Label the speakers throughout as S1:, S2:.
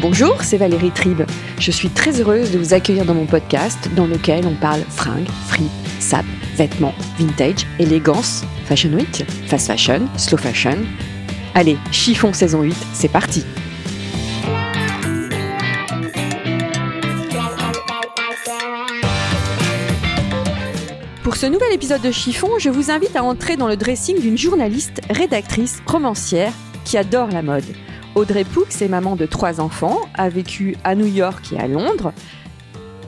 S1: Bonjour, c'est Valérie Tribe. Je suis très heureuse de vous accueillir dans mon podcast dans lequel on parle fringues, fripes, sap, vêtements, vintage, élégance, fashion week, fast fashion, slow fashion. Allez, chiffon saison 8, c'est parti. Pour ce nouvel épisode de Chiffon, je vous invite à entrer dans le dressing d'une journaliste, rédactrice, romancière qui adore la mode. Audrey Poux est maman de trois enfants, a vécu à New York et à Londres,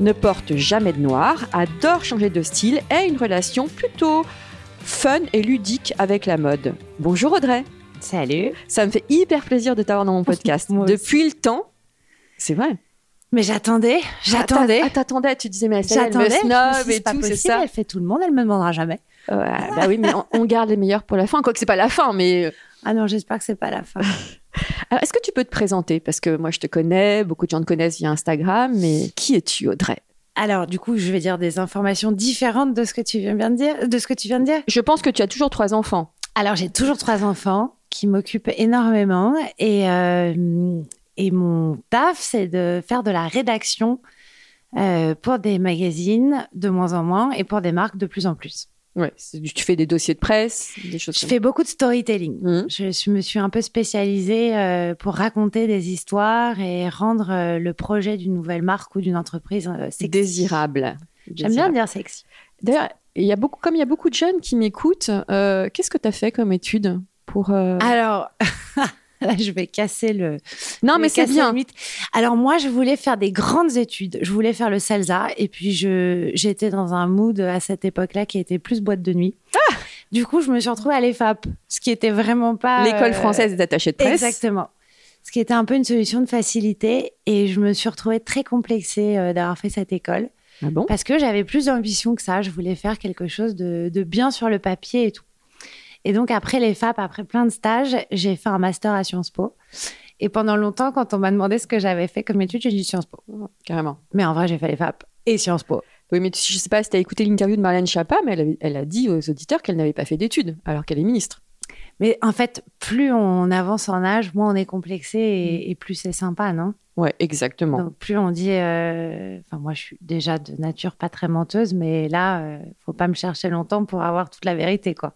S1: ne porte jamais de noir, adore changer de style et a une relation plutôt fun et ludique avec la mode. Bonjour Audrey,
S2: Salut.
S1: ça me fait hyper plaisir de t'avoir dans mon podcast.
S2: Moi aussi.
S1: Depuis le temps, c'est vrai.
S2: Mais j'attendais, j'attendais.
S1: Ah, t'attendais, tu disais mais elle me
S2: J'attendais. je me suis
S1: snob
S2: dit,
S1: et
S2: c'est pas
S1: tout, c'est
S2: possible,
S1: ça.
S2: Elle fait tout le monde, elle me demandera jamais.
S1: Ouais, bah oui, mais on, on garde les meilleurs pour la fin. Quoique c'est pas la fin, mais euh,
S2: Ah non, j'espère que c'est pas la fin.
S1: alors, est-ce que tu peux te présenter Parce que moi, je te connais, beaucoup de gens te connaissent via Instagram, mais qui es-tu, Audrey
S2: Alors, du coup, je vais dire des informations différentes de ce que tu viens bien de dire, de ce que tu viens de dire.
S1: Je pense que tu as toujours trois enfants.
S2: Alors, j'ai toujours trois enfants qui m'occupent énormément et euh, et mon taf, c'est de faire de la rédaction euh, pour des magazines de moins en moins et pour des marques de plus en plus.
S1: Ouais, c'est- tu fais des dossiers de presse, des choses
S2: Je
S1: comme
S2: fais beaucoup de storytelling.
S1: Mhm.
S2: Je suis- me suis un peu spécialisée euh, pour raconter des histoires et rendre euh, le projet d'une nouvelle marque ou d'une entreprise euh,
S1: C'est
S2: sexy.
S1: désirable.
S2: J'aime bien dire sexy.
S1: D'ailleurs, il y a beaucoup, comme il y a beaucoup de jeunes qui m'écoutent, euh, qu'est-ce que tu as fait comme étude pour euh,
S2: Alors, là, je vais casser le.
S1: Non,
S2: je
S1: mais
S2: vais
S1: c'est
S2: casser
S1: bien.
S2: le mythe. Alors, moi, je voulais faire des grandes études. Je voulais faire le salsa. Et puis, je- j'étais dans un mood à cette époque-là qui était plus boîte de nuit.
S1: Ah
S2: du coup, je me suis retrouvée à l'EFAP, ce qui était vraiment pas.
S1: L'école
S2: euh,
S1: française des attachés de presse.
S2: Exactement. Ce qui était un peu une solution de facilité. Et je me suis retrouvée très complexée euh, d'avoir fait cette école
S1: Ah bon
S2: parce que j'avais plus d'ambition que ça. Je voulais faire quelque chose de, de bien sur le papier et tout. Et donc, après les FAP, après plein de stages, j'ai fait un master à Sciences Po. Et pendant longtemps, quand on m'a demandé ce que j'avais fait comme étude, j'ai dit Sciences Po.
S1: Carrément.
S2: Mais en vrai, j'ai fait les FAP et Sciences Po.
S1: Oui, mais tu- je sais pas si tu as écouté l'interview de Marlène Schiappa, mais elle, avait- elle a dit aux auditeurs qu'elle n'avait pas fait d'études, alors qu'elle est ministre.
S2: Mais en fait, plus on avance en âge, moins on est complexé et, et plus c'est sympa, non
S1: Ouais, exactement.
S2: Donc plus on dit, euh, enfin moi je suis déjà de nature pas très menteuse, mais là euh, faut pas me chercher longtemps pour avoir toute la vérité quoi.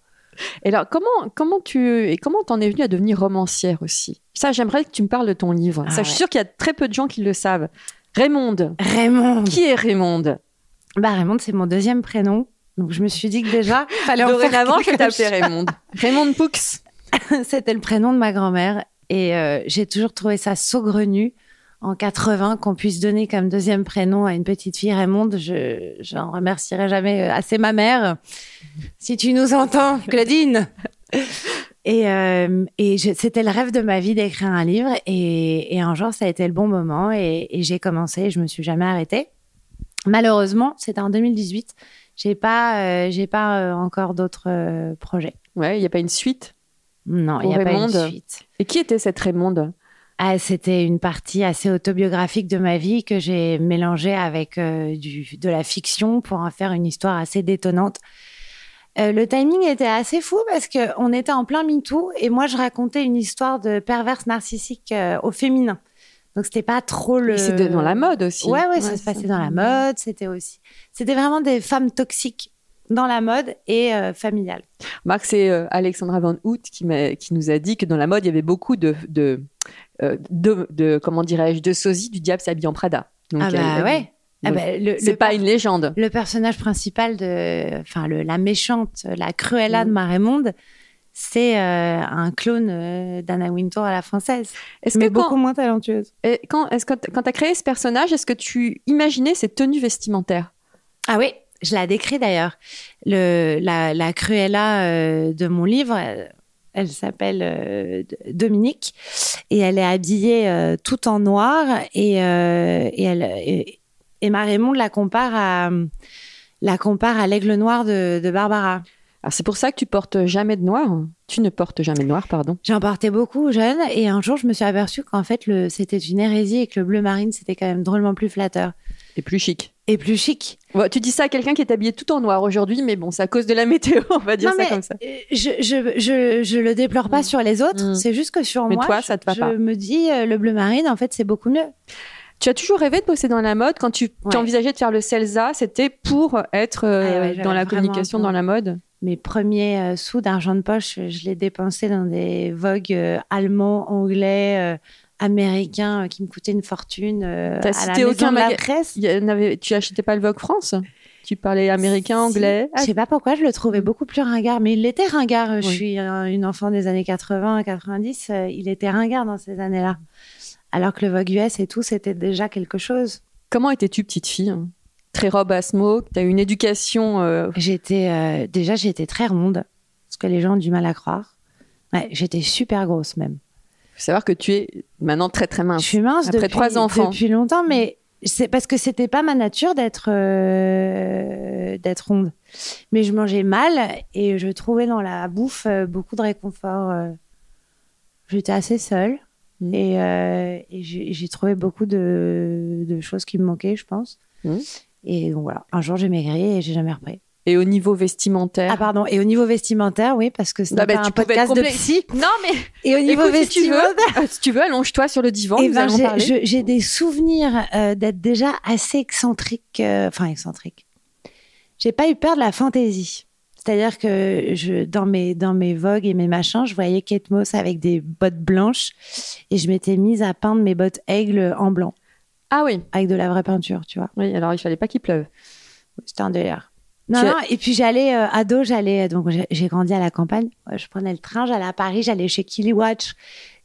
S1: Et alors, comment, comment tu et comment t'en es venue à devenir romancière aussi Ça, j'aimerais que tu me parles de ton livre.
S2: Ah
S1: ça, je suis
S2: ouais.
S1: sûre qu'il y a très peu de gens qui le savent. Raymond.
S2: Raymond.
S1: Qui est Raymond
S2: Bah Raymond c'est mon deuxième prénom, donc je me suis dit que déjà fallait en faire
S1: Dorénavant, je
S2: quelque
S1: t'appelais Raymond. Raymond Poux.
S2: chose. C'était le prénom de ma grand-mère et euh, j'ai toujours trouvé ça saugrenu en 80 qu'on puisse donner comme deuxième prénom à une petite fille Raymond. Je j'en remercierai jamais euh, assez ma mère. Si tu nous entends, Claudine. Et, euh, et je- c'était le rêve de ma vie d'écrire un livre. Et, et un jour, ça a été le bon moment. Et, et j'ai commencé. Je me suis jamais arrêtée. Malheureusement, c'était en 2018. J'ai pas, euh, j'ai pas euh, encore d'autres euh, projets.
S1: Ouais, il n'y a pas une suite.
S2: Non, il
S1: Pour
S2: n'y a pas une
S1: Raymonde.
S2: suite.
S1: Et qui était cette Raymond
S2: Ah, c'était une partie assez autobiographique de ma vie que j'ai mélangée avec euh, du, de la fiction pour en faire une histoire assez détonnante. Euh, le timing était assez fou parce que on était en plein MeToo et moi je racontais une histoire de perverse narcissique euh, au féminin. Donc c'était pas trop le.
S1: C'était dans la mode aussi.
S2: Ouais, ouais, ça se passait dans la mode. C'était aussi. C'était vraiment des femmes toxiques dans la mode et euh, familiale.
S1: Marc, c'est euh, Alexandra Van Hout qui, m'a- qui nous a dit que dans la mode, il y avait beaucoup de, de, euh, de, de- comment dirais-je, de sosie du diable s'habille en Prada. Donc,
S2: ah
S1: elle-
S2: bah
S1: elle-
S2: ouais. Ah
S1: Donc,
S2: bah, le-
S1: C'est
S2: le
S1: pas une légende.
S2: le personnage principal de, enfin le- la méchante, la Cruella
S1: Mm.
S2: de Marémonde, c'est euh, un clone euh, d'Anna Wintour à la française,
S1: Est-ce que
S2: mais
S1: quand,
S2: beaucoup moins talentueuse.
S1: et quand, est-ce que t- quand t'as créé ce personnage, est-ce que tu imaginais ses tenues vestimentaires
S2: Ah oui. Je la décris d'ailleurs. Le, la, la Cruella euh, de mon livre, elle, elle s'appelle euh, D- Dominique et elle est habillée euh, tout en noir et, euh, et elle et, Emma Raymond la compare à la compare à l'aigle noir de, de Barbara.
S1: Alors, c'est pour ça que tu portes jamais de noir. Tu ne portes jamais de noir, pardon.
S2: J'en portais beaucoup jeune et un jour je me suis aperçue qu'en fait le c'était une hérésie et que le bleu marine c'était quand même drôlement plus flatteur
S1: Et plus chic.
S2: et plus chic.
S1: Bon, tu dis ça à quelqu'un qui est habillé tout en noir aujourd'hui, mais bon, c'est à cause de la météo, on va dire
S2: Non,
S1: ça
S2: mais
S1: comme ça.
S2: euh, Je, je, je, je le déplore pas
S1: Mm.
S2: sur les autres,
S1: Mm.
S2: c'est juste que sur
S1: Mais
S2: moi,
S1: toi,
S2: je-
S1: ça te va
S2: je
S1: pas.
S2: me dis euh, le bleu marine, en fait, c'est beaucoup mieux.
S1: Tu as toujours rêvé de bosser dans la mode. Quand tu
S2: Ouais.
S1: t'envisageais de faire le CELSA, c'était pour être euh,
S2: Ah ouais, j'avais
S1: dans la
S2: vraiment
S1: communication,
S2: envie.
S1: dans la mode.
S2: Mes premiers euh, sous d'argent de poche, euh, je les dépensais dans des vogues euh, allemands, anglais, euh, américains, euh, qui me coûtaient une fortune. euh,
S1: T'as
S2: à
S1: cité
S2: la
S1: aucun
S2: maison de la
S1: maga-
S2: presse.
S1: Il y en avait- Tu achetais pas le Vogue France Tu parlais américain,
S2: Si.
S1: anglais Ah,
S2: Je sais pas pourquoi, je le trouvais beaucoup plus ringard, mais il était ringard. Je
S1: Oui.
S2: suis euh, une enfant des années 80, 90, euh, il était ringard dans ces années-là. Alors que le Vogue US et tout, c'était déjà quelque chose.
S1: Comment étais-tu petite fille hein Très robe à smoke, t'as eu une éducation. euh,
S2: J'étais euh, déjà j'étais très ronde, ce que les gens ont du mal à croire. Ouais, j'étais super grosse même.
S1: faut savoir que tu es maintenant très très mince.
S2: Je suis mince
S1: Après
S2: depuis,
S1: trois enfants.
S2: depuis longtemps, mais c'est parce que c'était pas ma nature d'être euh, d'être ronde. Mais je mangeais mal et je trouvais dans la bouffe euh, beaucoup de réconfort. euh. J'étais assez seule
S1: Mhm.
S2: et, euh, et j'ai j'ai trouvé beaucoup de, de choses qui me manquaient, je pense.
S1: Mhm.
S2: Et donc voilà, un jour j'ai maigri et j'ai jamais repris.
S1: Et au niveau vestimentaire
S2: Ah pardon, et au niveau vestimentaire, oui, parce que c'est
S1: Bah, bah,
S2: un
S1: tu pouvais
S2: podcast
S1: être
S2: de
S1: complet.
S2: psy.
S1: Non mais
S2: Et au niveau
S1: Écoute, si tu veux,
S2: vestimentaire,
S1: euh, si tu veux, allonge-toi sur le divan.
S2: bah. eh
S1: nous
S2: ben,
S1: allons
S2: j'ai-
S1: parler.
S2: je- j'ai des souvenirs euh, d'être déjà assez excentrique, euh, enfin excentrique. J'ai pas eu peur de la fantaisie. C'est-à-dire que je, dans mes dans mes vogues et mes machins, je voyais Kate Moss avec des bottes blanches et je m'étais mise à peindre mes bottes aigles en blanc
S1: Ah oui,
S2: avec de la vraie peinture, tu vois.
S1: oui. Alors il fallait pas qu'il pleuve.
S2: C'était un délire. Non,
S1: Tu as-
S2: non, et puis j'allais euh, ado, j'allais donc j'ai- j'ai grandi à la campagne. Euh, Je prenais le train, j'allais à Paris, j'allais chez Kili Watch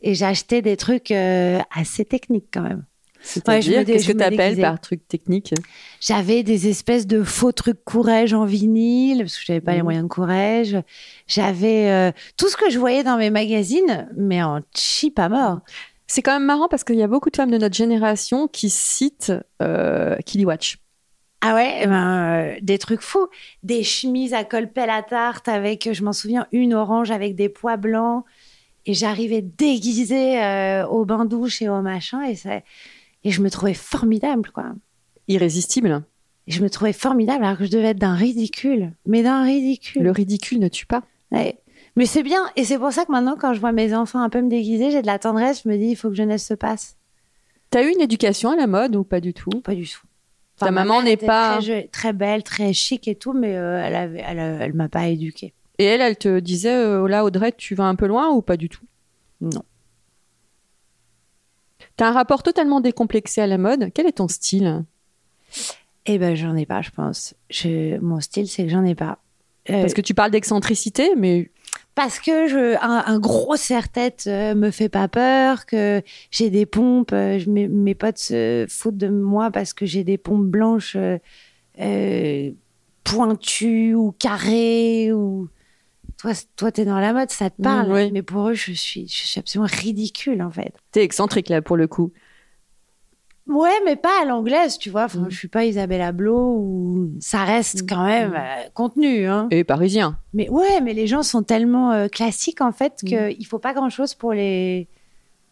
S2: et j'achetais des trucs euh, assez techniques quand même.
S1: C'est-à-dire
S2: me dé-
S1: qu'est-ce
S2: je
S1: que
S2: me
S1: t'appelles
S2: déguisais.
S1: par truc technique
S2: J'avais des espèces de faux trucs courage en vinyle parce que j'avais pas les
S1: Mhm.
S2: moyens de courage. J'avais euh, tout ce que je voyais dans mes magazines, mais en cheap à mort.
S1: C'est quand même marrant parce qu'il y a beaucoup de femmes de notre génération qui citent euh, Killy Watch.
S2: Ah ouais, eh ben, euh, des trucs fous. Des chemises à col pelle à tarte avec, euh, je m'en souviens, une orange avec des pois blancs. Et j'arrivais déguisée euh, au bain-douche et au machin. Et, ça... et je me trouvais formidable, quoi.
S1: Irrésistible.
S2: Et je me trouvais formidable alors que je devais être d'un ridicule. Mais d'un ridicule.
S1: Le ridicule ne tue pas.
S2: Ouais. Mais c'est bien. Et c'est pour ça que maintenant, quand je vois mes enfants un peu me déguiser, j'ai de la tendresse. Je me dis, il faut que jeunesse se passe.
S1: T'as eu une éducation à la mode ou pas du tout
S2: Pas du tout.
S1: Ta
S2: ma
S1: maman
S2: mère
S1: n'est
S2: était
S1: pas-
S2: Très, jo- très belle, très chic et tout, mais euh, elle avait, elle, euh, elle m'a pas éduquée.
S1: Et elle, elle te disait, euh, là Audrey, tu vas un peu loin ou pas du tout
S2: Non.
S1: T'as un rapport totalement décomplexé à la mode. Quel est ton style
S2: Eh ben, j'en ai pas, je pense. Je... Mon style, c'est que j'en ai pas. Euh,
S1: Parce que tu parles d'excentricité, mais
S2: parce que je, un, un gros serre-tête euh, me fait pas peur, que j'ai des pompes, euh, je- mes, mes potes se foutent de moi parce que j'ai des pompes blanches euh, euh, pointues ou carrées ou toi, c- toi t'es dans la mode, ça te
S1: Mm,
S2: parle,
S1: oui.
S2: mais pour eux je suis, je suis absolument ridicule en fait.
S1: t'es excentrique là pour le coup.
S2: Ouais, mais pas à l'anglaise, tu vois. Enfin,
S1: Mm.
S2: je suis pas Isabelle Ablot ou ça reste quand même euh, contenu, hein.
S1: Et parisien.
S2: Mais ouais, mais les gens sont tellement euh, classiques en fait
S1: Mm.
S2: qu'il faut pas grand chose pour les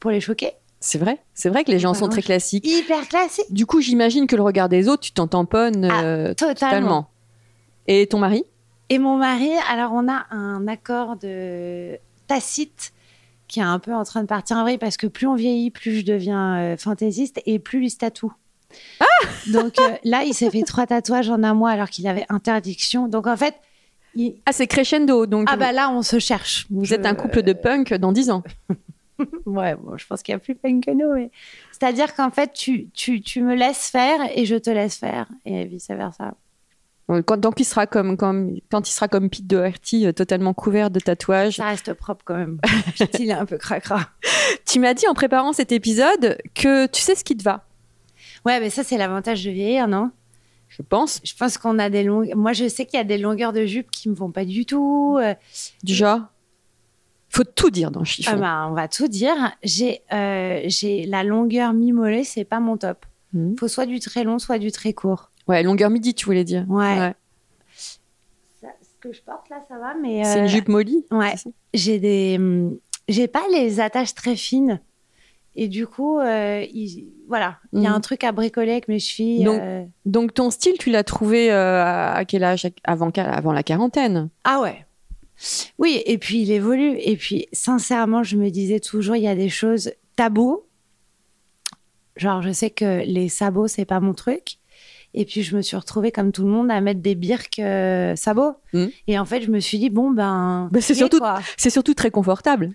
S2: pour les choquer.
S1: C'est vrai. C'est vrai que les gens
S2: Pas
S1: sont très
S2: grand-chose.
S1: classiques.
S2: Hyper classique,
S1: Du coup, j'imagine que le regard des autres, tu t'en tamponnes
S2: Ah,
S1: euh,
S2: totalement.
S1: totalement. Et ton mari
S2: Et mon mari, alors on a un accord de tacite qui est un peu en train de partir en vrille parce que plus on vieillit, plus je deviens euh, fantaisiste et plus il se tatoue.
S1: Ah
S2: Donc euh, là, il s'est fait trois tatouages en un mois alors qu'il avait interdiction. Donc en fait, il-
S1: Ah, c'est crescendo. Donc, euh,
S2: ah bah là, on se cherche.
S1: vous êtes un couple de punk dans 10 ans.
S2: Ouais, bon, je pense qu'il y a plus fun que nous. Mais... C'est-à-dire qu'en fait, tu, tu, tu me laisses faire et je te laisse faire, et vice-versa.
S1: Euh, Quand, donc, il sera comme, comme, quand il sera comme Pete Doherty, euh, totalement couvert de tatouages.
S2: Ça reste propre quand même. Il est un peu cracra.
S1: Tu m'as dit en préparant cet épisode que tu sais ce qui te va.
S2: Ouais, mais ça, c'est l'avantage de vieillir, non
S1: je pense.
S2: Je pense qu'on a des longues. Moi, je sais qu'il y a des longueurs de jupe qui me vont pas du tout. Euh,
S1: Du genre, faut tout dire dans chiffon.
S2: ah bah, on va tout dire. J'ai, euh, j'ai la longueur mi-mollet, c'est pas mon top.
S1: Mhm.
S2: Faut soit du très long, soit du très court.
S1: Ouais, longueur midi, tu voulais dire.
S2: Ouais.
S1: Ouais.
S2: Ça- ce que je porte là, ça va, mais
S1: C'est
S2: euh,
S1: une jupe molly.
S2: Ouais.
S1: c'est ça
S2: J'ai des, hum, j'ai pas les attaches très fines. Et du coup, euh, il- voilà, il y a
S1: Mhm.
S2: un truc à bricoler avec mes chevilles.
S1: Donc-
S2: euh.
S1: Donc ton style, tu l'as trouvé euh, à quel âge avant, ca- avant la quarantaine
S2: Ah ouais. Oui, et puis il évolue. Et puis, sincèrement, je me disais toujours, il y a des choses taboues. Genre, je sais que les sabots, c'est pas mon truc. Et puis, je me suis retrouvée, comme tout le monde, à mettre des birques euh, sabots.
S1: Mhm.
S2: Et en fait, je me suis dit, bon, ben.
S1: Bah, c'est
S2: et
S1: surtout-
S2: quoi
S1: C'est surtout très confortable.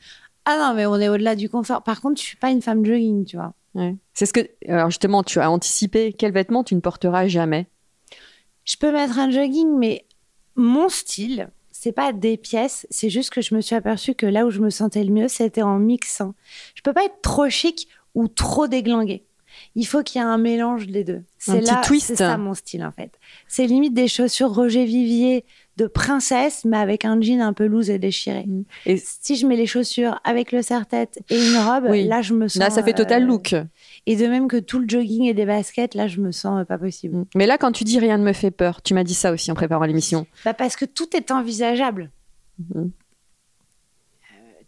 S2: Ah non, mais on est au-delà du confort. Par contre, je suis pas une femme jogging, tu vois.
S1: Ouais. C'est ce que. Alors justement, tu as anticipé quel vêtement tu ne porteras jamais.
S2: Je peux mettre un jogging, mais mon style, c'est pas des pièces, c'est juste que je me suis aperçue que là où je me sentais le mieux, c'était en mixant. Je peux pas être trop chic ou trop déglingué. Il faut qu'il y ait un mélange des deux. C'est
S1: petit
S2: là,
S1: twist.
S2: c'est ça mon style en fait. C'est limite des chaussures Roger Vivier de princesse, mais avec un jean un peu loose et déchiré.
S1: Mm. Et-
S2: si je mets les chaussures avec le serre-tête et une robe,
S1: Oui.
S2: là je me sens.
S1: Là, ça fait total
S2: euh,
S1: look.
S2: Et de même que tout le jogging et des baskets, là je me sens euh, pas possible.
S1: Mm. Mais là, quand tu dis rien ne me fait peur, tu m'as dit ça aussi en préparant l'émission.
S2: Bah, parce que tout est envisageable. Euh,
S1: Mhm.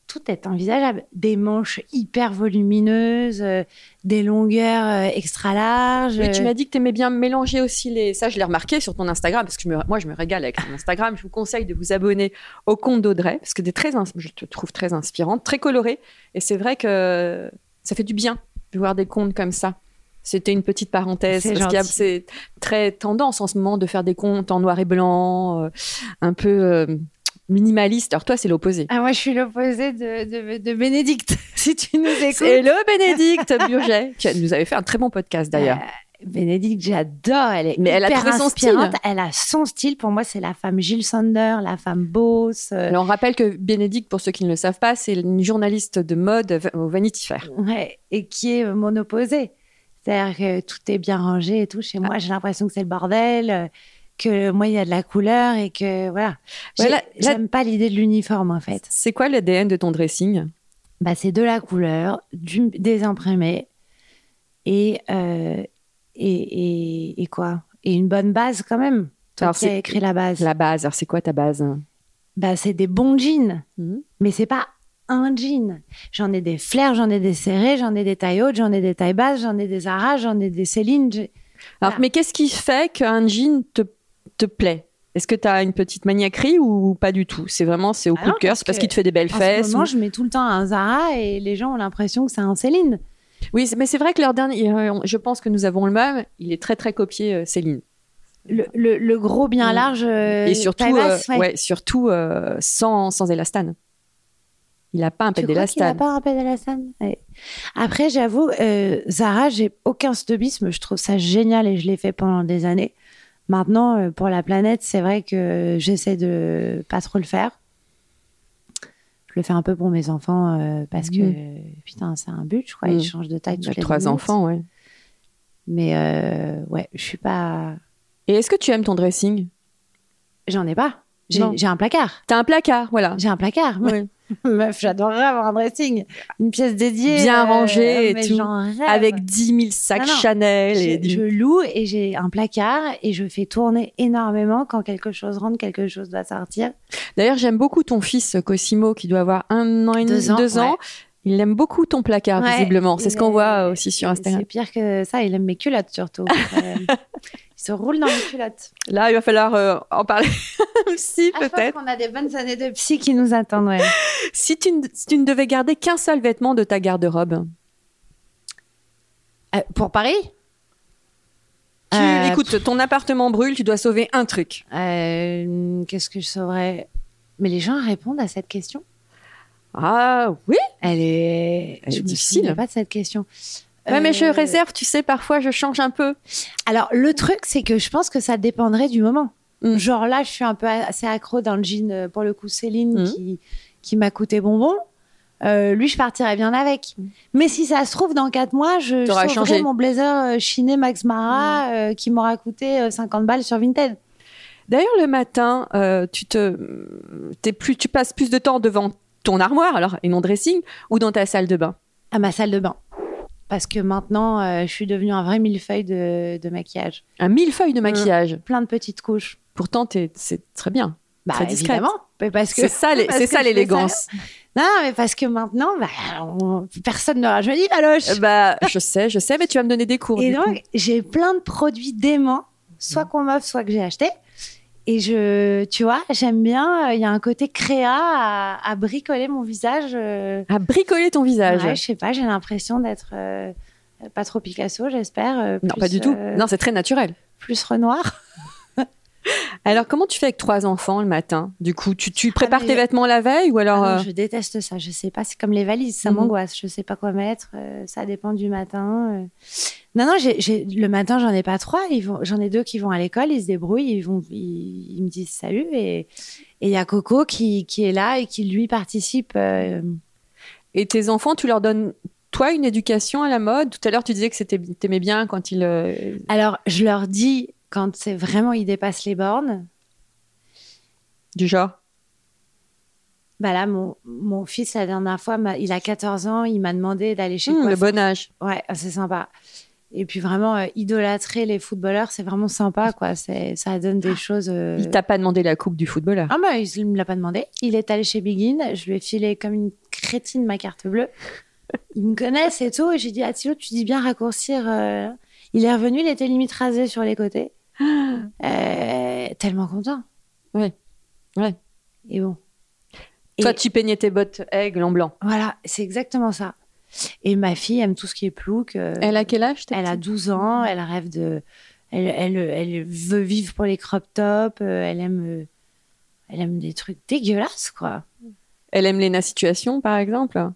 S2: tout est envisageable. Des manches hyper volumineuses, euh, des longueurs euh, extra larges.
S1: Oui, tu
S2: euh,
S1: m'as dit que tu aimais bien mélanger aussi les. Ça, je l'ai remarqué sur ton Instagram, parce que je me- moi, je me régale avec ton Instagram. Je vous conseille de vous abonner au compte d'Audrey, parce que t'es très ins- je te trouve très inspirante, très colorée. Et c'est vrai que ça fait du bien de voir des comptes comme ça. C'était une petite parenthèse,
S2: C'est
S1: parce qu'il y a-
S2: gentil.
S1: c'est très tendance en ce moment de faire des comptes en noir et blanc, euh, un peu euh, minimaliste. Alors, toi, c'est l'opposé.
S2: Ah, moi, je suis l'opposé de, de, de Bénédicte, si tu nous écoutes.
S1: Hello Bénédicte Burget, qui nous avait fait un très bon podcast d'ailleurs.
S2: Euh, Bénédicte, j'adore. Elle est
S1: Mais elle a
S2: hyper
S1: trouvé son
S2: inspirante.
S1: style.
S2: Elle a son style. Pour moi, c'est la femme Jill Sander, la femme Boss. euh,
S1: Alors, on rappelle que Bénédicte, pour ceux qui ne le savent pas, c'est une journaliste de mode va- au Vanity Fair.
S2: ouais, et qui est euh, mon opposé. C'est-à-dire que tout est bien rangé et tout.
S1: Ah.
S2: Chez moi, j'ai l'impression que c'est le bordel, euh, que moi, il y a de la couleur et que voilà.
S1: Ouais,
S2: J'ai-
S1: là- là-
S2: J'aime pas l'idée de l'uniforme, en fait.
S1: C'est quoi l'ADN de ton dressing
S2: bah, c'est de la couleur, du, des imprimés et, euh, et, et, et quoi Et une bonne base quand même. Toi
S1: Alors,
S2: qui as
S1: c'est-
S2: écrit la base.
S1: La base, alors c'est quoi ta base
S2: Bah, c'est des bons jeans,
S1: Mhm.
S2: mais c'est pas un jean. J'en ai des flares, j'en ai des serrés, j'en ai des tailles hautes, j'en ai des tailles basses, j'en ai des Zara, j'en ai des Céline. j'ai-
S1: Alors,
S2: Voilà.
S1: mais qu'est-ce qui fait qu'un jean te, te plaît Est-ce que tu as une petite maniaquerie ou pas du tout C'est vraiment, c'est au
S2: Ah
S1: coup
S2: non,
S1: de cœur,
S2: parce
S1: c'est parce
S2: que
S1: qu'il te fait des belles
S2: En
S1: fesses.
S2: ce moment,
S1: ou-
S2: je mets tout le temps un Zara et les gens ont l'impression que c'est un Céline.
S1: Oui, c'est- mais c'est vrai que leur dernier, euh, je pense que nous avons le même, il est très très copié, euh, Céline.
S2: Le, le- le gros bien
S1: Mhm.
S2: large. euh,
S1: Et surtout,
S2: taille basse,
S1: euh,
S2: ouais.
S1: ouais, surtout euh, sans, sans élastane. Il n'a pas un
S2: Tu
S1: pet
S2: crois qu'il a
S1: d'élastane.
S2: pas un rappel à la scène Ouais. Après, j'avoue, euh, Zara, j'ai aucun snobisme. Je trouve ça génial et je l'ai fait pendant des années. Maintenant, euh, pour la planète, c'est vrai que j'essaie de pas trop le faire. Je le fais un peu pour mes enfants euh, parce que putain, c'est un but, je crois.
S1: Mhm.
S2: Ils changent de taille
S1: Il
S2: toutes
S1: a
S2: les
S1: trois
S2: minutes.
S1: enfants, ouais.
S2: Mais euh, ouais, je suis pas.
S1: Et est-ce que tu aimes ton dressing
S2: J'en ai pas. J'ai
S1: Non.
S2: j'ai un placard.
S1: T'as un placard, voilà.
S2: J'ai un placard.
S1: Ouais.
S2: Meuf, j'adorerais avoir un dressing, une pièce dédiée, euh,
S1: Bien rangée et
S2: mais
S1: tout.
S2: j'en rêve.
S1: Avec 10 000 sacs
S2: Non, non.
S1: Chanel et
S2: Je,
S1: du-
S2: je loue et j'ai un placard et je fais tourner énormément quand quelque chose rentre, quelque chose doit sortir.
S1: Oh, D'ailleurs, j'aime beaucoup ton fils euh, Cosimo qui doit avoir un an et demi,
S2: Deux ans, ouais.
S1: Il aime beaucoup ton placard
S2: Ouais,
S1: visiblement. C'est ce
S2: il
S1: qu'on
S2: est-
S1: voit euh, aussi sur Instagram.
S2: C'est pire que ça, il aime mes culottes surtout. Euh, il se roule dans mes culottes.
S1: Là, il va falloir euh, en parler aussi
S2: Ah, je pense
S1: peut-être.
S2: qu'on a des bonnes années de psy qui nous attendent. ouais.
S1: Si tu, ne- si tu ne devais garder qu'un seul vêtement de ta garde-robe,
S2: Euh, pour Paris
S1: tu,
S2: Euh,
S1: écoute, ton appartement brûle, tu dois sauver un truc.
S2: euh, Qu'est-ce que je saurais Mais les gens répondent à cette question.
S1: Ah oui.
S2: Elle est,
S1: Elle est
S2: je me
S1: difficile.
S2: souvenais pas de cette question.
S1: Ouais, mais je
S2: Euh,
S1: réserve, tu sais, parfois je change un peu.
S2: Alors, le truc, c'est que je pense que ça dépendrait du moment.
S1: Mm.
S2: Genre là, je suis un peu assez accro dans le jean, euh, pour le coup, Céline,
S1: Mm.
S2: qui, qui m'a coûté bonbon. euh, lui, je partirais bien avec. Mais si ça se trouve, dans quatre mois, je
S1: Mm. T'auras
S2: sauverai
S1: changé. Mm.
S2: mon blazer euh, chiné Max Mara euh, qui m'aura coûté euh, 50 balles sur Vinted.
S1: D'ailleurs, le matin, euh, tu te, t'es plus, tu passes plus de temps devant ton armoire, alors et non dressing, ou dans ta salle de bain.
S2: à ma salle de bain. Parce que maintenant, euh, je suis devenue un vrai millefeuille de, de maquillage.
S1: Un millefeuille de
S2: Euh.
S1: maquillage.
S2: Plein de petites couches.
S1: Pourtant, t'es- c'est très bien.
S2: Bah,
S1: Très discrète.
S2: évidemment. Mais Parce que,
S1: C'est ça, les-
S2: parce
S1: c'est
S2: que
S1: ça
S2: je fais
S1: l'élégance.
S2: Non, mais parce que maintenant, bah, on- personne ne rajoute dit Valoche.
S1: Euh, Bah, je sais, je sais, mais tu vas me donner des cours.
S2: Et
S1: du coup. Mm.
S2: donc, j'ai plein de produits déments, soit qu'on m'offre, soit que j'ai acheté. Et je, tu vois, j'aime bien, euh, il y a un côté créa à, à bricoler mon visage. euh,
S1: à bricoler ton visage.
S2: ouais, je sais pas, j'ai l'impression d'être euh, pas trop Picasso, j'espère. euh,
S1: non,
S2: plus,
S1: pas du tout.
S2: euh,
S1: Non, c'est très naturel.
S2: Plus Renoir.
S1: Alors, comment tu fais avec trois enfants le matin Du coup, tu, tu prépares
S2: Ah, mais-
S1: tes vêtements la veille ou alors
S2: Ah non,
S1: euh,
S2: je déteste ça. Je sais pas. C'est comme les valises. Ça
S1: Mhm.
S2: m'angoisse. Je sais pas quoi mettre. euh, ça dépend du matin. euh. Non, non. j'ai- j'ai- le matin, j'en ai pas trois. Ils vont- J'en ai deux qui vont à l'école. Ils se débrouillent. Ils vont. Ils, ils me disent salut. Et et il y a Coco qui, qui est là et qui lui participe. euh,
S1: Et tes enfants, tu leur donnes toi une éducation à la mode Tout à l'heure, tu disais que c'était t'aimais bien quand ils euh,
S2: Alors, je leur dis quand c'est vraiment ils dépassent les bornes.
S1: du genre.
S2: Bah là, mon, mon fils la dernière fois, m'a- il a 14 ans. Il m'a demandé d'aller chez
S1: Hmm,
S2: moi.
S1: le bon âge.
S2: Ouais, c'est sympa. Et puis vraiment, euh, idolâtrer les footballeurs, c'est vraiment sympa, quoi. C'est, ça donne des choses. euh,
S1: Il t'a pas demandé la coupe du footballeur.
S2: Ah, bah, il me l'a pas demandé. Il est allé chez Begin. Je lui ai filé comme une crétine ma carte bleue. Ils me connaissent et tout. Et j'ai dit, Attilo, tu dis bien raccourcir. euh. Il est revenu, il était limite rasé sur les côtés. Euh, tellement content.
S1: Ouais. Ouais.
S2: Et bon.
S1: Toi,
S2: Et-
S1: tu peignais tes bottes aigle en blanc.
S2: Voilà, c'est exactement ça. Et ma fille aime tout ce qui est plouc. euh,
S1: Elle a quel âge ta
S2: Elle a
S1: petite
S2: 12 ans, elle rêve de. Elle, elle, elle veut vivre pour les crop tops, euh, elle aime, euh, elle aime des trucs dégueulasses, quoi.
S1: Elle aime Lena Situation, par exemple.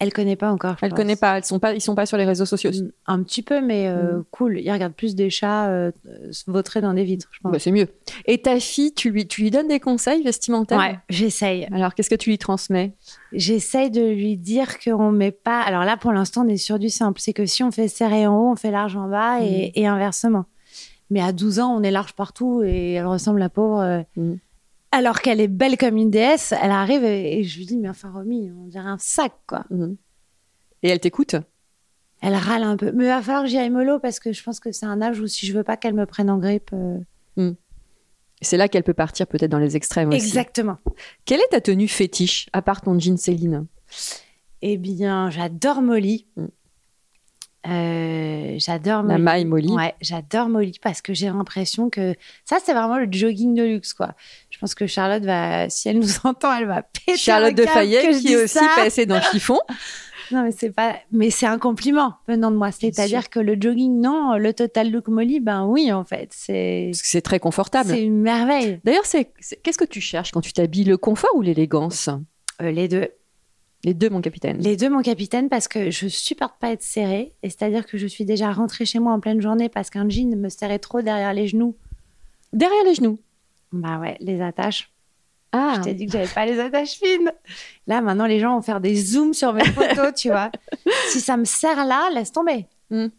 S2: Elle connaît pas encore. je
S1: Elle
S2: pense.
S1: connaît pas. Elles sont pas. Ils sont pas Mm. sur les réseaux sociaux.
S2: Mm, Un petit peu, mais euh, cool. Il regarde plus des chats euh, euh, se vautrer dans des vitres, je pense.
S1: Bah, c'est mieux. Et ta fille, tu lui, tu lui donnes des conseils vestimentaires.
S2: Ouais, j'essaye.
S1: Alors, qu'est-ce que tu lui transmets
S2: J'essaye de lui dire qu'on met pas. Alors là, pour l'instant, on est sur du simple. C'est que si on fait serré en haut, on fait large en bas
S1: Mm.
S2: et, et inversement. Mais à 12 ans, on est large partout et elle ressemble à pauvre. euh,
S1: Mm.
S2: Alors qu'elle est belle comme une déesse, elle arrive et, et je lui dis Mais enfin, Romy, on dirait un sac, quoi.
S1: Et elle t'écoute
S2: Elle râle un peu. Mais il va falloir que j'y aille mollo parce que je pense que c'est un âge où si je veux pas qu'elle me prenne en grippe. euh,
S1: C'est là qu'elle peut partir peut-être dans les extrêmes aussi.
S2: Exactement.
S1: Quelle est ta tenue fétiche, à part ton jean Céline
S2: Eh bien, j'adore Molly.
S1: Mm.
S2: Euh, j'adore
S1: La
S2: Molly.
S1: maille Molly
S2: Ouais, j'adore Molly parce que j'ai l'impression que ça, c'est vraiment le jogging de luxe, quoi. Je pense que Charlotte va, si elle nous entend, elle va péter.
S1: Charlotte
S2: un
S1: de
S2: câble que
S1: Fayet
S2: je
S1: qui
S2: dis
S1: est aussi
S2: ça.
S1: passée dans Chiffon.
S2: Non, mais c'est pas, mais c'est un compliment venant de moi. C'est-à-dire que le jogging, non, le total look Molly, ben oui, en fait, c'est,
S1: Parce que c'est très confortable.
S2: c'est une merveille.
S1: D'ailleurs, c'est c'est- qu'est-ce que tu cherches quand tu t'habilles Le confort ou l'élégance
S2: Euh, les deux.
S1: Les deux, mon capitaine.
S2: Les deux, mon capitaine, parce que je supporte pas être serrée. Et c'est-à-dire que je suis déjà rentrée chez moi en pleine journée parce qu'un jean me serrait trop derrière les genoux.
S1: Derrière les genoux.
S2: Bah ouais, les attaches.
S1: Ah,
S2: Je t'ai dit que j'avais pas les attaches fines. Là, maintenant, les gens vont faire des zooms sur mes photos, tu vois. Si ça me sert là, laisse tomber.
S1: ouais.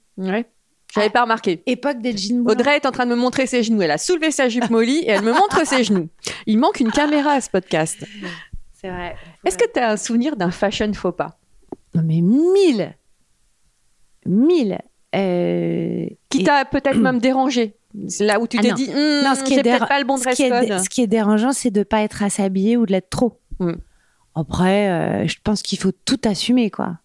S1: J'avais pas remarqué.
S2: Époque des jeans blancs.
S1: Audrey est en train de me montrer ses genoux. Elle a soulevé sa jupe Molly et elle me montre ses genoux. Il manque une caméra à ce podcast.
S2: C'est vrai.
S1: Est-ce que tu as un souvenir d'un fashion faux pas
S2: Non, mais mille Mille Euh,
S1: qui
S2: et-
S1: t'a peut-être même dérangé Là où tu
S2: Ah
S1: t'es
S2: non.
S1: dit, Hmm,
S2: Non, ce qui est
S1: j'ai peut-être
S2: déra-
S1: pas le bon
S2: ce
S1: dress
S2: qui, est dé-
S1: code.
S2: ce qui est dérangeant, c'est de pas être assez habillé ou de l'être trop.
S1: Mm.
S2: Après, euh, je pense qu'il faut tout assumer, quoi.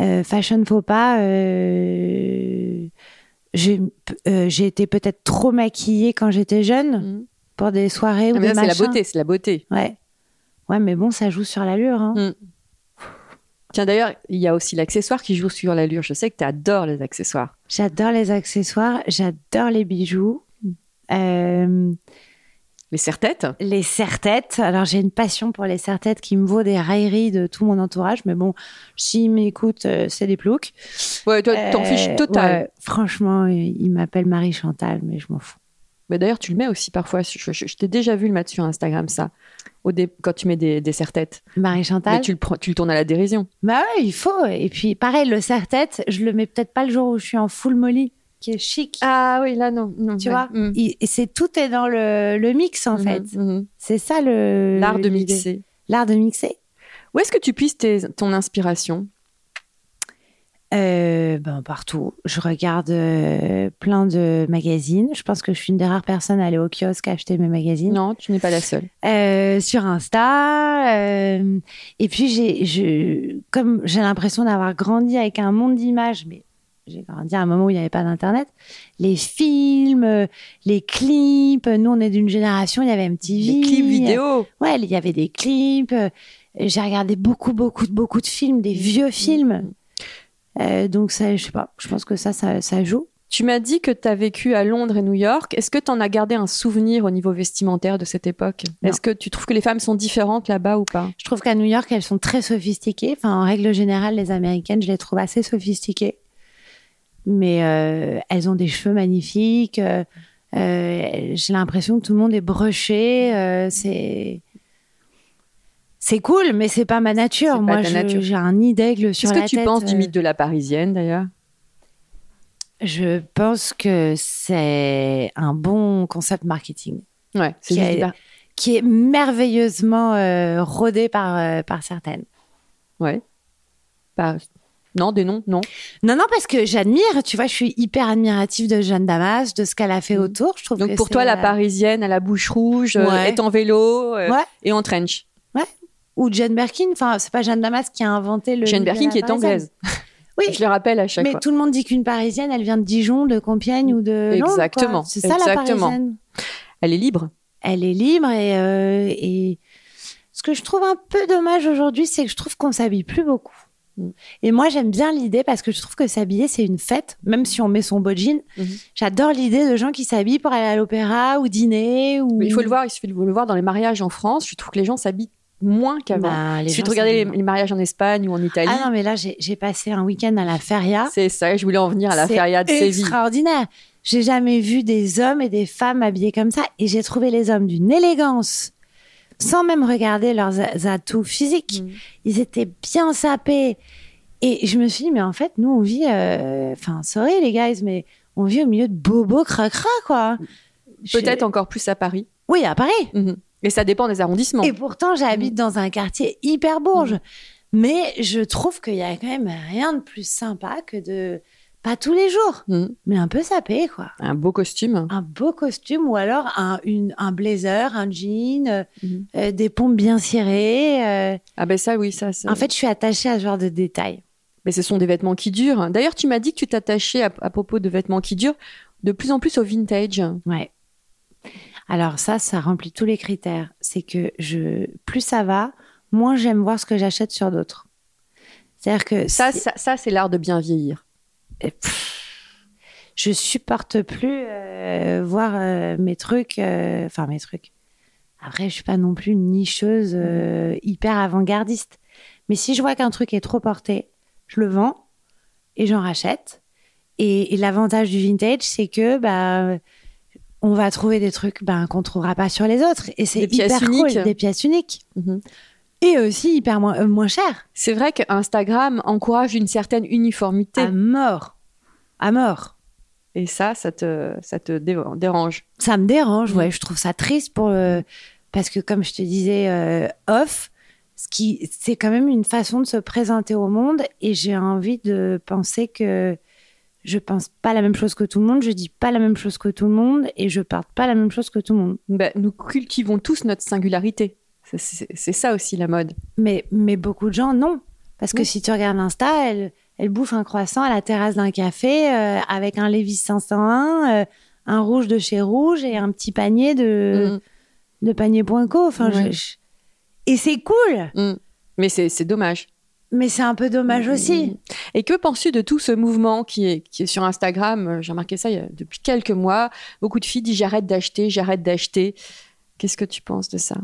S2: Euh, fashion faux pas. euh, J'ai euh, j'ai été peut-être trop maquillée quand j'étais jeune
S1: Hmm.
S2: pour des soirées ou
S1: Ah, mais
S2: des
S1: ça, c'est la
S2: machins.
S1: beauté, c'est la beauté.
S2: Ouais. Ouais, mais bon, ça joue sur l'allure. hein.
S1: Mm. Tiens, d'ailleurs, il y a aussi l'accessoire qui joue sur l'allure. Je sais que tu adores les accessoires.
S2: J'adore les accessoires, j'adore les bijoux. Euh,
S1: Les serre-têtes
S2: les serre-têtes. Alors, j'ai une passion pour les serre-têtes qui me vaut des railleries de tout mon entourage. Mais bon, s'ils m'écoutent, euh, c'est des ploucs.
S1: Ouais, toi, t'en
S2: Euh,
S1: fiches total.
S2: ouais, franchement, il il m'appelle Marie Chantal, mais je m'en fous.
S1: Mais d'ailleurs, tu le mets aussi parfois. Je, je- je t'ai déjà vu le mettre sur Instagram, ça. Au dé- quand tu mets des, des serre-têtes.
S2: Marie
S1: Mais
S2: Chantal.
S1: Bah, tu le, prends- tu le tournes à la dérision.
S2: Bah ouais, il faut. Et puis pareil, le serre-tête, je le mets peut-être pas le jour où je suis en full molly, qui est chic.
S1: Ah oui, là, non. Mm. Mm-hmm.
S2: tu vois Il- Et c'est tout est dans le, le mix en fait. C'est ça le
S1: Mhm. L'art de
S2: l'idée.
S1: mixer.
S2: L'art de mixer.
S1: Où est-ce que tu puisses tes- ton inspiration
S2: Euh, ben partout. Je regarde euh, plein de magazines. Je pense que je suis une des rares personnes à aller au kiosque acheter mes magazines.
S1: Non, tu n'es pas la seule.
S2: Euh, sur Insta. euh, et puis j'ai, je, comme j'ai l'impression d'avoir grandi avec un monde d'images, mais j'ai grandi à un moment où il n'y avait pas d'internet. Les films, euh, les clips. euh, Nous, on est d'une génération. Il y avait MTV.
S1: Les clips vidéo.
S2: Ouais, il y avait des clips. euh, J'ai regardé beaucoup, beaucoup, beaucoup de films, des
S1: Mm.
S2: vieux films. Euh, donc ça, je sais pas. Je pense que ça, ça, ça joue.
S1: Tu m'as dit que tu as vécu à Londres et New York. Est-ce que tu en as gardé un souvenir au niveau vestimentaire de cette époque
S2: Non.
S1: Est-ce que tu trouves que les femmes sont différentes là-bas ou pas
S2: Je trouve qu'à New York, elles sont très sophistiquées. Enfin, en règle générale, les Américaines, je les trouve assez sophistiquées. Mais euh, elles ont des cheveux magnifiques. euh, euh, J'ai l'impression que tout le monde est brushé. euh, c'est c'est cool, mais c'est pas ma nature.
S1: pas
S2: Moi,
S1: ta
S2: je-
S1: nature.
S2: j'ai un nid d'aigle sur
S1: Qu'est-ce
S2: la
S1: que tu
S2: tête,
S1: penses du
S2: euh,
S1: mythe de la Parisienne d'ailleurs
S2: Je pense que c'est un bon concept marketing
S1: Ouais, c'est
S2: Qui
S1: juste
S2: a-
S1: des Par-
S2: qui est merveilleusement euh, rodé par, euh, par certaines.
S1: Ouais. Par- Non, des noms, non.
S2: Non, non, parce que j'admire, tu vois, je suis hyper admirative de Jeanne Damas, de ce qu'elle a fait
S1: Mhm.
S2: autour. Je trouve
S1: Donc
S2: que
S1: pour
S2: c'est euh,
S1: toi, la Parisienne à la bouche rouge, euh,
S2: Ouais.
S1: est en vélo euh,
S2: Ouais.
S1: et en trench.
S2: Ou Jane Birkin, enfin, c'est pas Jeanne Damas qui a inventé le.
S1: Jane
S2: mythe de
S1: Birkin
S2: la
S1: qui est
S2: Parisienne.
S1: anglaise.
S2: Oui.
S1: Je le rappelle à chaque
S2: Mais
S1: fois.
S2: tout le monde dit qu'une Parisienne, elle vient de Dijon, de Compiègne ou de Londres. quoi.
S1: Exactement,
S2: C'est ça la
S1: exactement.
S2: Parisienne.
S1: Elle est libre.
S2: elle est libre et, euh, et ce que je trouve un peu dommage aujourd'hui, c'est que je trouve qu'on s'habille plus beaucoup.
S1: Mm.
S2: Et moi, j'aime bien l'idée parce que je trouve que s'habiller, c'est une fête, même si on met son beau jean.
S1: Mhm.
S2: J'adore l'idée de gens qui s'habillent pour aller à l'opéra ou dîner. Ou...
S1: Mais il faut le voir, il suffit de le voir dans les mariages en France. Je trouve que les gens s'habillent moins qu'avant.
S2: Bah,
S1: il
S2: les
S1: suffit de
S2: gens
S1: regarder les,
S2: s'habillent
S1: les mariages en Espagne ou en Italie.
S2: Ah non, mais là, j'ai j'ai passé un week-end à la feria.
S1: c'est ça, je voulais en venir à la
S2: C'est
S1: feria de Séville.
S2: extraordinaire. J'ai jamais vu des hommes et des femmes habillés comme ça. Et j'ai trouvé les hommes d'une élégance, sans même regarder leurs a- atouts physiques.
S1: Mhm.
S2: Ils étaient bien sapés. Et je me suis dit, mais en fait, nous, on vit. euh, Enfin, sorry les guys, mais on vit au milieu de bobos cracra, quoi. Je-
S1: Peut-être encore plus à Paris.
S2: Oui, à Paris.
S1: Mhm. Et ça dépend des arrondissements.
S2: Et pourtant, j'habite dans un quartier hyper bourge. Mais je trouve qu'il y a quand même rien de plus sympa que de. Pas tous les jours,
S1: Mhm.
S2: mais un peu sapé, quoi
S1: Un beau costume.
S2: un beau costume ou alors un, une- un blazer, un jean, euh,
S1: Mhm.
S2: euh, des pompes bien cirées. euh.
S1: Ah ben ça, oui, ça. c'est-
S2: En fait, je suis attachée à ce genre de détails.
S1: Mais ce sont des vêtements qui durent. D'ailleurs, tu m'as dit que tu t'attachais à, à propos de vêtements qui durent de plus en plus au vintage.
S2: Ouais. Alors ça, ça remplit tous les critères. C'est que je, plus ça va, moins j'aime voir ce que j'achète sur d'autres. C'est-à-dire que
S1: Ça,
S2: si-
S1: ça, ça, c'est l'art de bien vieillir.
S2: Et pff, je supporte plus euh, voir euh, mes trucs, euh, enfin mes trucs. Après, je suis pas non plus une nicheuse euh, hyper avant-gardiste. Mais si je vois qu'un truc est trop porté, je le vends et j'en rachète. Et, et l'avantage du vintage, c'est que bah on va trouver des trucs bah, qu'on trouvera pas sur les autres. Et c'est
S1: Des pièces
S2: hyper cool,
S1: uniques.
S2: des pièces uniques.
S1: Mhm.
S2: Et aussi hyper moins, euh, moins cher.
S1: C'est vrai qu'Instagram encourage une certaine uniformité.
S2: À mort. À mort.
S1: Et ça, ça te, ça te dé- dérange.
S2: ça me dérange,
S1: Mm.
S2: ouais, je trouve ça triste pour le... parce que comme je te disais euh, off, ce qui c'est quand même une façon de se présenter au monde et j'ai envie de penser que je pense pas la même chose que tout le monde, je dis pas la même chose que tout le monde et je parle pas la même chose que tout le monde.
S1: Ben, nous cultivons tous notre singularité. C'est- C'est c'est ça aussi la mode.
S2: Mais mais beaucoup de gens non parce que
S1: Oui.
S2: si tu regardes Insta, elle elle bouffe un croissant à la terrasse d'un café euh, avec un Levi's 501, euh, un rouge de chez Rouge et un petit panier de
S1: Mm.
S2: de panier.co. Enfin, je-
S1: Ouais.
S2: je- Et c'est cool,
S1: Mm. Mais c'est c'est dommage. Mm.
S2: mais c'est un peu dommage
S1: Euh,
S2: aussi.
S1: Et que penses-tu de tout ce mouvement qui est, qui est sur Instagram Euh, J'ai remarqué ça il y a- depuis quelques mois. Beaucoup de filles disent j'arrête d'acheter, j'arrête d'acheter. Qu'est-ce que tu penses de ça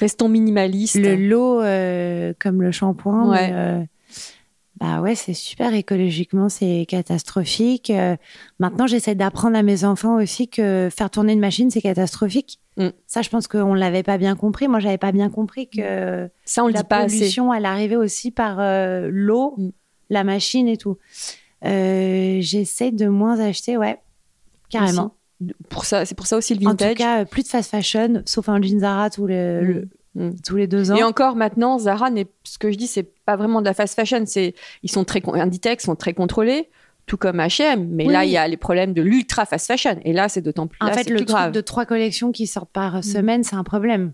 S1: Restons minimalistes.
S2: Le lot euh, comme le shampoing.
S1: Ouais.
S2: mais, euh, Bah ouais, c'est super écologiquement, c'est catastrophique. Euh, maintenant, j'essaie d'apprendre à mes enfants aussi que faire tourner une machine, c'est catastrophique.
S1: Mm.
S2: Ça, je pense qu'on l'avait pas bien compris. Moi, j'avais pas bien compris que
S1: Ça, on le
S2: la
S1: dit pas assez.
S2: pollution, elle arrivait aussi par euh, l'eau,
S1: Mm.
S2: la machine et tout. Euh, j'essaie de moins acheter, ouais, carrément.
S1: Pour ça, c'est pour ça aussi le
S2: En tout
S1: vintage.
S2: cas, euh, plus de fast fashion, sauf un jean Zara tous les, le-
S1: Mm.
S2: tous les deux ans.
S1: Et encore maintenant, Zara, n'est- ce que je dis, c'est pas vraiment de la fast fashion. C'est E ils sont très con- Inditex sont très contrôlés, tout comme H&M. Mais
S2: Oui.
S1: là, il y a les problèmes de l'ultra fast fashion. Et là, c'est d'autant plus,
S2: En
S1: là,
S2: fait,
S1: c'est
S2: le
S1: plus
S2: truc
S1: grave.
S2: de trois collections qui sortent par semaine, c'est un problème.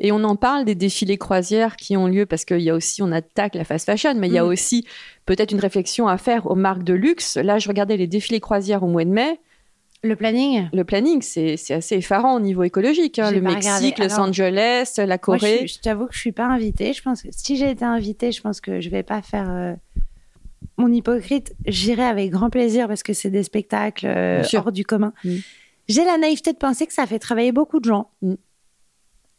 S1: Et on en parle des défilés croisières qui ont lieu parce qu'il y a aussi, on attaque la fast fashion, mais il y a
S2: Mm.
S1: aussi peut-être une réflexion à faire aux marques de luxe. Là, je regardais les défilés croisières au mois de mai.
S2: Le planning
S1: Le planning, c'est c'est assez effarant au niveau écologique. hein.
S2: J'ai
S1: Le
S2: pas
S1: Mexique,
S2: regardé.
S1: Los
S2: Alors-
S1: Angeles, la
S2: Moi,
S1: Corée.
S2: je, suis- je t'avoue que je suis pas invitée. Je pense que si j'ai été invitée, je pense que je vais pas faire euh, mon hypocrite. J'irai avec grand plaisir parce que c'est des spectacles euh,
S1: Bien sûr.
S2: hors du commun.
S1: Mm.
S2: J'ai la naïveté de penser que ça fait travailler beaucoup de gens,
S1: Mm.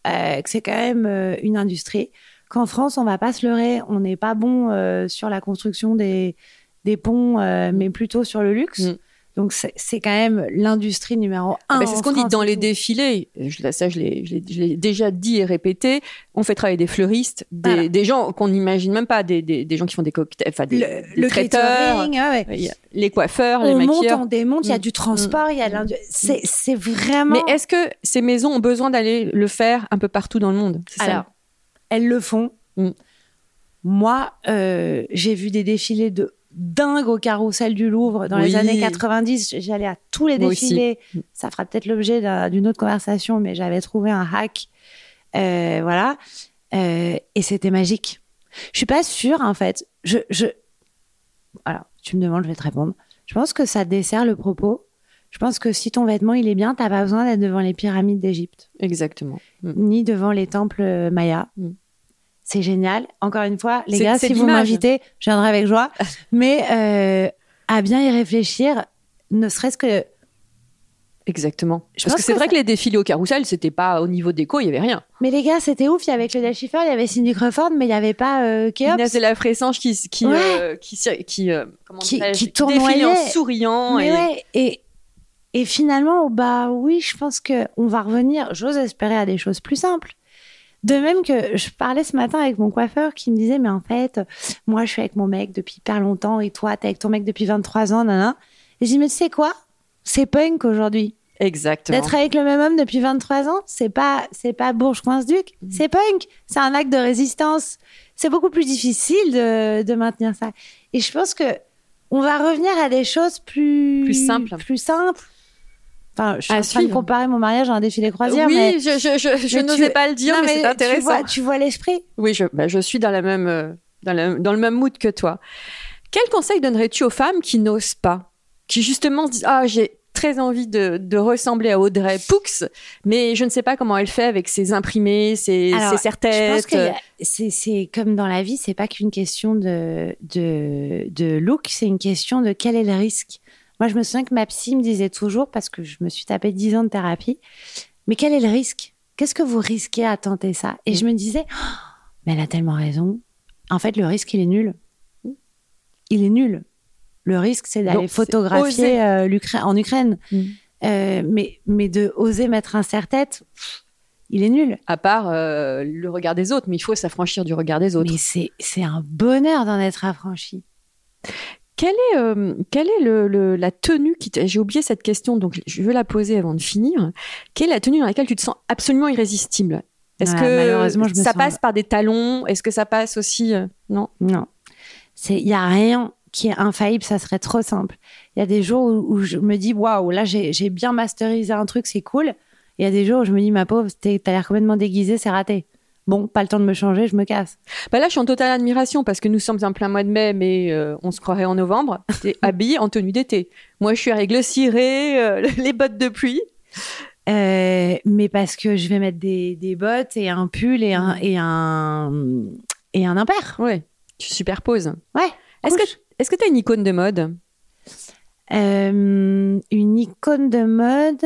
S2: Euh, que c'est quand même euh, une industrie. Qu'en France, on va pas se leurrer, on n'est pas bon euh, sur la construction des, des ponts, euh, mais plutôt sur le luxe.
S1: Mm.
S2: Donc c'est- c'est quand même l'industrie numéro un.
S1: Ah, mais c'est
S2: en
S1: ce qu'on dit
S2: France
S1: dans
S2: et
S1: les
S2: tout.
S1: défilés. Je- ça, je l'ai, je l'ai- je l'ai déjà dit et répété. On fait travailler des fleuristes, des,
S2: Voilà.
S1: des gens qu'on n'imagine même pas, des, des- des gens qui font des cocktails, enfin des,
S2: Le,
S1: des
S2: le
S1: traiteurs,
S2: catering, ouais, ouais.
S1: il y a les coiffeurs, les
S2: on monte,
S1: maquilleurs.
S2: on démonte, il y a
S1: Mm.
S2: du transport, il y a de l'indu- C'est, c'est vraiment.
S1: Mais est-ce que ces maisons ont besoin d'aller le faire un peu partout dans le monde C'est ça.
S2: Alors, elles le font.
S1: Mm.
S2: Moi, euh, j'ai vu des défilés de dingue au carrousel du Louvre dans les
S1: Oui.
S2: années 90. J'allais à tous les
S1: Moi Mm.
S2: défilés. Ça fera peut-être l'objet d'un- d'une autre conversation, mais j'avais trouvé un hack. Euh, voilà. Euh, et c'était magique. Je suis pas sûre, en fait. Je, je... Voilà, tu me demandes, je vais te répondre. Je pense que ça dessert le propos. Je pense que si ton vêtement il est bien, t'as pas besoin d'être devant les pyramides d'Égypte
S1: exactement.
S2: ni devant les temples euh, mayas.
S1: Mm.
S2: C'est génial. Encore une fois, les
S1: C'est-
S2: gars,
S1: c'est
S2: si
S1: de
S2: vous
S1: l'image.
S2: m'invitez, je viendrai avec joie. Mais euh, à bien y réfléchir, ne serait-ce que.
S1: Exactement.
S2: Je
S1: Parce
S2: pense
S1: que c'est
S2: que
S1: vrai
S2: ça-
S1: que les défilés au carrousel, c'était pas au niveau déco, il y avait rien.
S2: Mais les gars, c'était ouf. Il y avait Claudia Schiffer, il y avait Cindy Crawford, mais il n'y avait pas euh, Keops.
S1: Inès de la Fressange qui qui
S2: Ouais.
S1: euh, qui cir- qui, euh, comment
S2: Qui-
S1: dirais-je,
S2: qui
S1: défilait en
S2: tournoyait.
S1: souriant
S2: Mais
S1: et
S2: ouais, et, et finalement, bah oui, je pense que on va revenir, j'ose espérer, à des choses plus simples. De même que je parlais ce matin avec mon coiffeur qui me disait, mais en fait, moi, je suis avec mon mec depuis hyper longtemps et toi, t'es avec ton mec depuis 23 ans, nanana. Et je dis, mais tu sais quoi C'est punk aujourd'hui.
S1: exactement.
S2: D'être avec le même homme depuis 23 ans, c'est pas, c'est pas bourge coince duc,
S1: Mm.
S2: c'est punk. C'est un acte de résistance. C'est beaucoup plus difficile de, de maintenir ça. Et je pense que on va revenir à des choses plus
S1: Plus simples.
S2: plus simples. Enfin, je suis
S1: À
S2: en train de
S1: suivre.
S2: comparer mon mariage à un défilé croisière,
S1: oui,
S2: mais
S1: je, je, je, je
S2: mais
S1: n'osais
S2: tu-
S1: pas le dire,
S2: Non,
S1: mais, c'est
S2: tu vois,
S1: intéressant.
S2: tu vois l'esprit.
S1: Oui, je, bah, je suis dans, la même, euh, dans, la- dans le même mood que toi. Quel conseil donnerais-tu aux femmes qui n'osent pas Qui justement se disent Ah, j'ai très envie de, de ressembler à Audrey Poux, mais je ne sais pas comment elle fait avec ses imprimés, ses,
S2: Alors,
S1: ses serre-têtes.
S2: Je pense que y a- c'est- c'est comme dans la vie, c'est pas qu'une question de, de, de look, c'est une question de quel est le risque. Moi, je me souviens que ma psy me disait toujours, parce que je me suis tapé 10 ans de thérapie, mais quel est le risque Qu'est-ce que vous risquez à tenter ça Et je me disais, Oh, mais elle a tellement raison. En fait, le risque, il est nul. Il est nul. Le risque, c'est
S1: Donc,
S2: d'aller
S1: c'est
S2: photographier
S1: oser.
S2: euh, l'Ukraine- en Ukraine.
S1: Mm.
S2: Euh, mais, mais de oser mettre un serre-tête, pff, il est nul.
S1: À part euh, le regard des autres, mais il faut s'affranchir du regard des autres.
S2: Mais c'est, c'est un bonheur d'en être affranchi.
S1: Quelle est, euh, quelle est le, le- la tenue qui t'a- J'ai oublié cette question, donc je veux la poser avant de finir. Quelle est la tenue dans laquelle tu te sens absolument irrésistible Est-ce
S2: Ouais,
S1: que
S2: malheureusement, je me
S1: ça
S2: sens-
S1: passe par des talons Est-ce que ça passe aussi euh, Non.
S2: Non. C'est, il n'y a rien qui est infaillible, ça serait trop simple. Il y a des jours où, où je me dis, waouh, là, j'ai, j'ai bien masterisé un truc, c'est cool. Il y a des jours où je me dis, ma pauvre, t'es- t'as l'air complètement déguisée, c'est raté. Bon, pas le temps de me changer, je me casse.
S1: Bah là, je suis en totale admiration parce que nous sommes en plein mois de mai, mais euh, on se croirait en novembre. T'es habillée en tenue d'été. Moi, je suis avec le ciré, euh, les bottes de pluie.
S2: Euh, mais parce que je vais mettre des, des bottes et un pull et un, et un, et un impair.
S1: Ouais, tu superposes.
S2: Ouais.
S1: Est-ce que est-ce que t'as une icône de mode
S2: Euh, une icône de mode.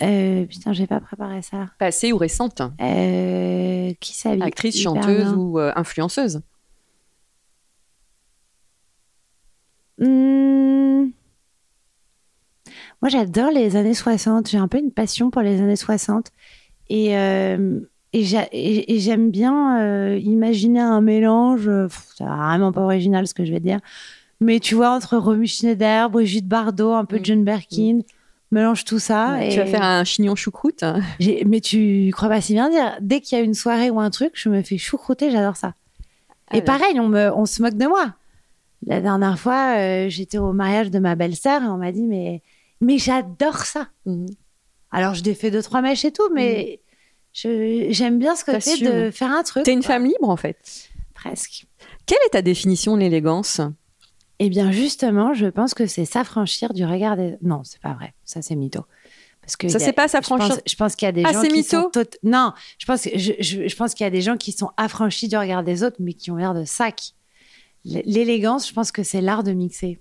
S2: Euh, putain, j'ai pas préparé ça.
S1: passée ou récente
S2: Euh, qui s'habille
S1: Actrice,
S2: hyper
S1: chanteuse
S2: bien
S1: ou euh, influenceuse
S2: Hmm. Moi, j'adore les années 60. J'ai un peu une passion pour les années 60. Et, euh, et j'a- et- et j'aime bien euh, imaginer un mélange. euh, pff, C'est vraiment pas original ce que je vais dire. Mais tu vois, entre Romy Schneider, Brigitte Bardot, un peu
S1: Mm.
S2: John Berkin, mélange tout ça. et...
S1: Ah, Tu vas faire un chignon choucroute. hein.
S2: J'ai- Mais tu crois pas si bien dire. Dès qu'il y a une soirée ou un truc, je me fais choucrouter, j'adore ça. Et
S1: Alors.
S2: pareil, on, me, on se moque de moi. La dernière fois, euh, j'étais au mariage de ma belle-sœur et on m'a dit mais, mais j'adore ça. Alors je défais deux, trois mèches et tout, mais je- j'aime bien ce côté
S1: Mm. T'assumes.
S2: de faire un truc.
S1: T'es une
S2: quoi.
S1: femme libre en fait.
S2: Presque.
S1: Quelle est ta définition de l'élégance
S2: Eh bien, justement, je pense que c'est s'affranchir du regard des. Non, c'est pas vrai. Ça, c'est mytho. Parce que
S1: Ça
S2: il y a-
S1: c'est pas
S2: Je pense-
S1: s'affranchir.
S2: Je pense, qu'il y a des
S1: Ah,
S2: gens
S1: c'est
S2: qui
S1: mytho
S2: sont tot- non, je pense que- je, je- je pense qu'il y a des gens qui sont affranchis du regard des autres mais qui ont l'air de sac. L- L'élégance, je pense que c'est l'art de mixer.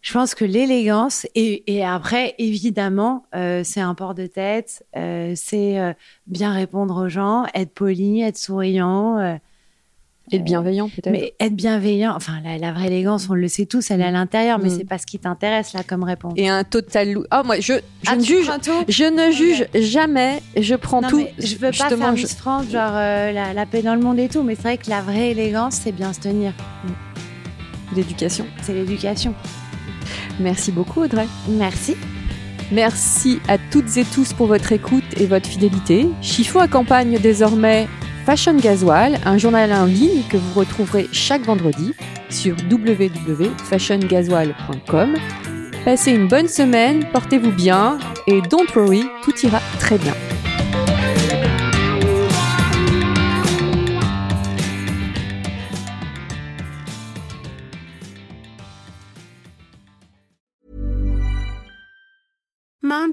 S2: Je pense que l'élégance et, et après évidemment euh, c'est un port de tête, euh, c'est euh, bien répondre aux gens, être poli, être souriant, euh,
S1: Être bienveillant peut-être.
S2: mais être bienveillant. Enfin la, la vraie élégance, on le sait tous, elle est à l'intérieur, mais
S1: Mm.
S2: c'est pas ce qui t'intéresse là comme réponse.
S1: Et un total. lou- Ah moi je, je
S2: Ah,
S1: ne
S2: tu
S1: juge.
S2: prends tout
S1: Je ne juge jamais. Je prends
S2: Non,
S1: tout.
S2: mais je veux pas
S1: Justement,
S2: faire
S1: je-
S2: Miss France, genre euh, la, la paix dans le monde et tout, mais c'est vrai que la vraie élégance, c'est bien se tenir.
S1: L'éducation.
S2: C'est l'éducation.
S1: Merci beaucoup Audrey.
S2: Merci.
S1: Merci à toutes et tous pour votre écoute et votre fidélité. Chiffon accompagne désormais Fashion Gasoil, un journal en ligne que vous retrouverez chaque vendredi sur www.fashiongasoil.com. Passez une bonne semaine, portez-vous bien et don't worry, tout ira très bien.
S3: Mom